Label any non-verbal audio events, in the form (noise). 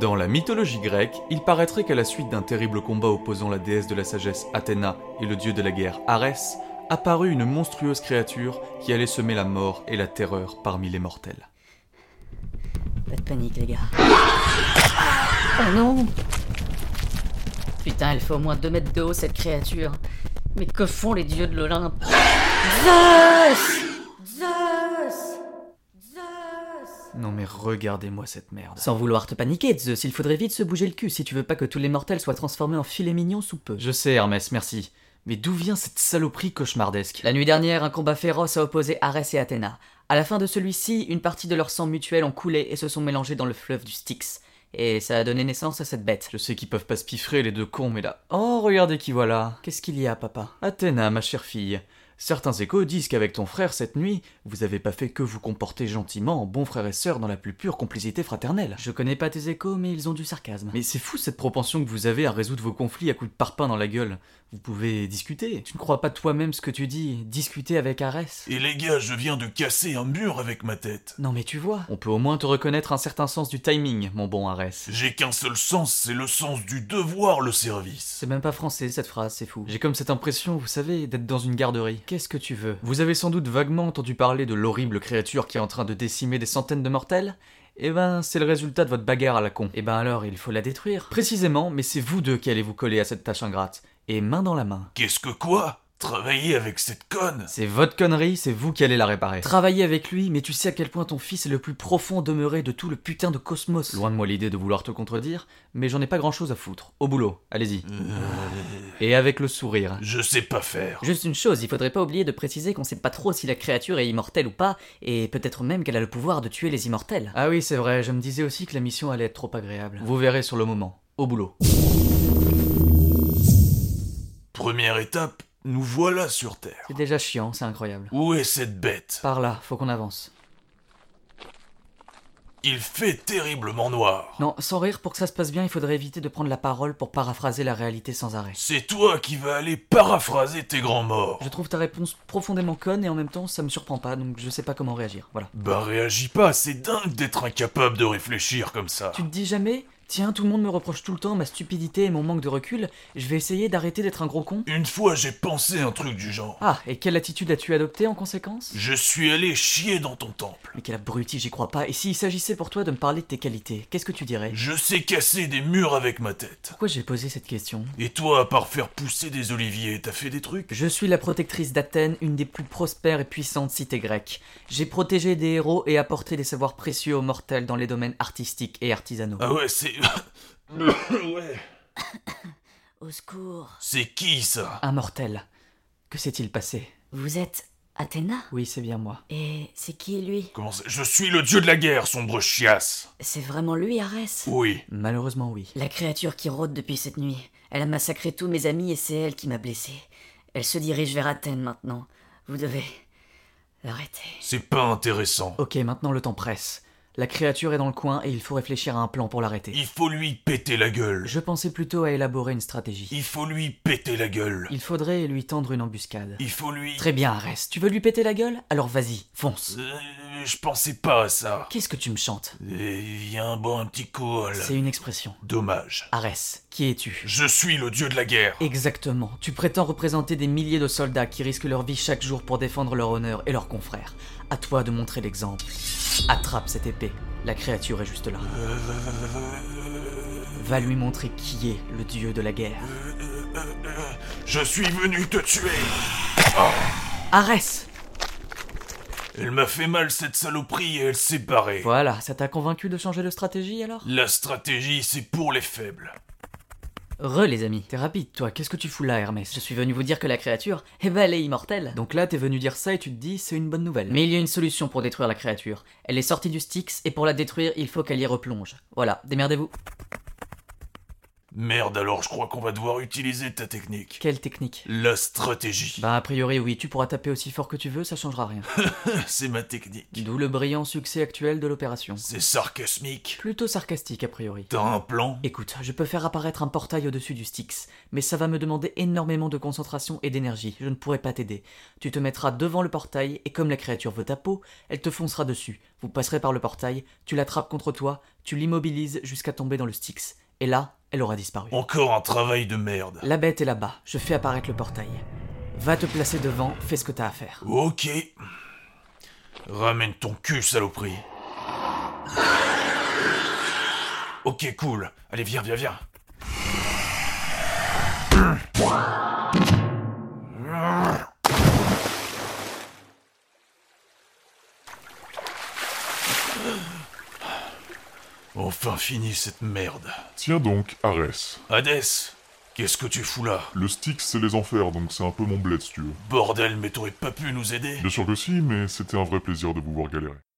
Dans la mythologie grecque, il paraîtrait qu'à la suite d'un terrible combat opposant la déesse de la sagesse Athéna et le dieu de la guerre Arès, apparut une monstrueuse créature qui allait semer la mort et la terreur parmi les mortels. Pas de panique, les gars. Oh non Putain, elle fait au moins 2 mètres de haut, cette créature. Mais que font les dieux de l'Olympe Zeus Zeus Zeus Non mais regardez-moi cette merde. Sans vouloir te paniquer, Zeus, il faudrait vite se bouger le cul si tu veux pas que tous les mortels soient transformés en filets mignons sous peu. Je sais Hermès, merci. Mais d'où vient cette saloperie cauchemardesque La nuit dernière, un combat féroce a opposé Arès et Athéna. À la fin de celui-ci, une partie de leur sang mutuel ont coulé et se sont mélangés dans le fleuve du Styx. Et ça a donné naissance à cette bête. Je sais qu'ils peuvent pas se piffrer les deux cons, mais là... Oh, regardez qui voilà Qu'est-ce qu'il y a, papa Athéna, ma chère fille, certains échos disent qu'avec ton frère cette nuit, vous avez pas fait que vous comporter gentiment en bons frères et sœurs dans la plus pure complicité fraternelle. Je connais pas tes échos, mais ils ont du sarcasme. Mais c'est fou cette propension que vous avez à résoudre vos conflits à coups de parpaing dans la gueule. Vous pouvez discuter. Tu ne crois pas toi-même ce que tu dis, discuter avec Arès Et les gars, je viens de casser un mur avec ma tête. Non mais tu vois, On peut au moins te reconnaître un certain sens du timing, mon bon Arès. J'ai qu'un seul sens, c'est le sens du devoir, le service. c'est même pas français cette phrase, c'est fou. J'ai comme cette impression, vous savez, d'être dans une garderie. Qu'est-ce que tu veux Vous avez sans doute vaguement entendu parler de l'horrible créature qui est en train de décimer des centaines de mortels Eh ben, c'est le résultat de votre bagarre à la con. Eh ben alors, il faut la détruire. Précisément, mais c'est vous deux qui allez vous coller à cette tâche ingrate, et main dans la main. Qu'est-ce que quoi Travailler avec cette conne C'est votre connerie, c'est vous qui allez la réparer. Travailler avec lui, mais tu sais à quel point ton fils est le plus profond demeuré de tout le putain de cosmos. Loin de moi l'idée de vouloir te contredire, mais j'en ai pas grand-chose à foutre. Au boulot, allez-y. Euh, Et avec le sourire. Je sais pas faire. Juste une chose, il faudrait pas oublier de préciser qu'on sait pas trop si la créature est immortelle ou pas, et peut-être même qu'elle a le pouvoir de tuer les immortels. Ah oui, c'est vrai, je me disais aussi que la mission allait être trop agréable. Vous verrez sur le moment. Au boulot. Première étape, nous voilà sur Terre. C'est déjà chiant, c'est incroyable. Où est cette bête Par là, faut qu'on avance. Il fait terriblement noir. Non, sans rire, pour que ça se passe bien, il faudrait éviter de prendre la parole pour paraphraser la réalité sans arrêt. C'est toi qui vas aller paraphraser tes grands morts. Je trouve ta réponse profondément conne et en même temps ça me surprend pas, donc je sais pas comment réagir. Voilà. Bah réagis pas, c'est dingue d'être incapable de réfléchir comme ça. Tu te dis jamais Tiens, tout le monde me reproche tout le temps ma stupidité et mon manque de recul, je vais essayer d'arrêter d'être un gros con Une fois j'ai pensé un truc du genre. Ah, et quelle attitude as-tu adoptée en conséquence Je suis allé chier dans ton temple. Mais quel abruti, j'y crois pas. Et s'il s'agissait pour toi de me parler de tes qualités, qu'est-ce que tu dirais Je sais casser des murs avec ma tête. Pourquoi j'ai posé cette question Et toi, à part faire pousser des oliviers, t'as fait des trucs Je suis la protectrice d'Athènes, une des plus prospères et puissantes cités grecques. J'ai protégé des héros et apporté des savoirs précieux aux mortels dans les domaines artistiques et artisanaux. Ah ouais, c'est... ouais. Au secours C'est qui ça Un mortel. Que s'est-il passé Vous êtes Athéna Oui, c'est bien moi. Et c'est qui lui Comment ça Je suis le dieu de la guerre, sombre chiasse. C'est vraiment lui, Arès Oui. Malheureusement, oui. La créature qui rôde depuis cette nuit. Elle a massacré tous mes amis et c'est elle qui m'a blessé. Elle se dirige vers Athènes maintenant. Vous devez l'arrêter. C'est pas intéressant. Ok, maintenant le temps presse. La créature est dans le coin et il faut réfléchir à un plan pour l'arrêter. Il faut lui péter la gueule. Je pensais plutôt à élaborer une stratégie. Il faut lui péter la gueule. Il faudrait lui tendre une embuscade. Il faut lui... Très bien, Arès. Tu veux lui péter la gueule Alors vas-y, fonce. Euh, je pensais pas à ça. Qu'est-ce que tu me chantes Et viens bon un petit call. C'est une expression. Dommage. Arès, qui es-tu Je suis le dieu de la guerre. Exactement. Tu prétends représenter des milliers de soldats qui risquent leur vie chaque jour pour défendre leur honneur et leurs confrères. À toi de montrer l'exemple. Attrape cette épée. La créature est juste là. Euh, Va lui montrer qui est le dieu de la guerre. Euh, Je suis venu te tuer. Arès Elle m'a fait mal cette saloperie et elle s'est barrée. Voilà, ça t'a convaincu de changer de stratégie alors La stratégie, c'est pour les faibles. Re les amis. T'es rapide toi, qu'est-ce que tu fous là Hermès Je suis venu vous dire que la créature, eh ben elle est immortelle. Donc là t'es venu dire ça et tu te dis c'est une bonne nouvelle. Mais il y a une solution pour détruire la créature. Elle est sortie du Styx et pour la détruire, il faut qu'elle y replonge. Voilà, démerdez-vous. Merde, alors je crois qu'on va devoir utiliser ta technique. Quelle technique La stratégie. Bah a priori oui, tu pourras taper aussi fort que tu veux, ça changera rien. (laughs) C'est ma technique. D'où le brillant succès actuel de l'opération. C'est sarcasmique. Plutôt sarcastique a priori. T'as un plan Écoute, je peux faire apparaître un portail au-dessus du Styx, mais ça va me demander énormément de concentration et d'énergie, je ne pourrai pas t'aider. Tu te mettras devant le portail, et comme la créature veut ta peau, elle te foncera dessus. Vous passerez par le portail, tu l'attrapes contre toi, tu l'immobilises jusqu'à tomber dans le Styx. Et là, elle aura disparu. Encore un travail de merde. La bête est là-bas, je fais apparaître le portail. Va te placer devant, fais ce que t'as à faire. Ok. Ramène ton cul, saloperie. Ok, cool. Allez, viens, viens, viens. Enfin fini cette merde. Tiens donc, Arès. Hadès, qu'est-ce que tu fous là Le Styx, c'est les enfers, donc c'est un peu mon bled, si tu veux. Bordel, mais t'aurais pas pu nous aider Bien sûr que si, mais c'était un vrai plaisir de vous voir galérer.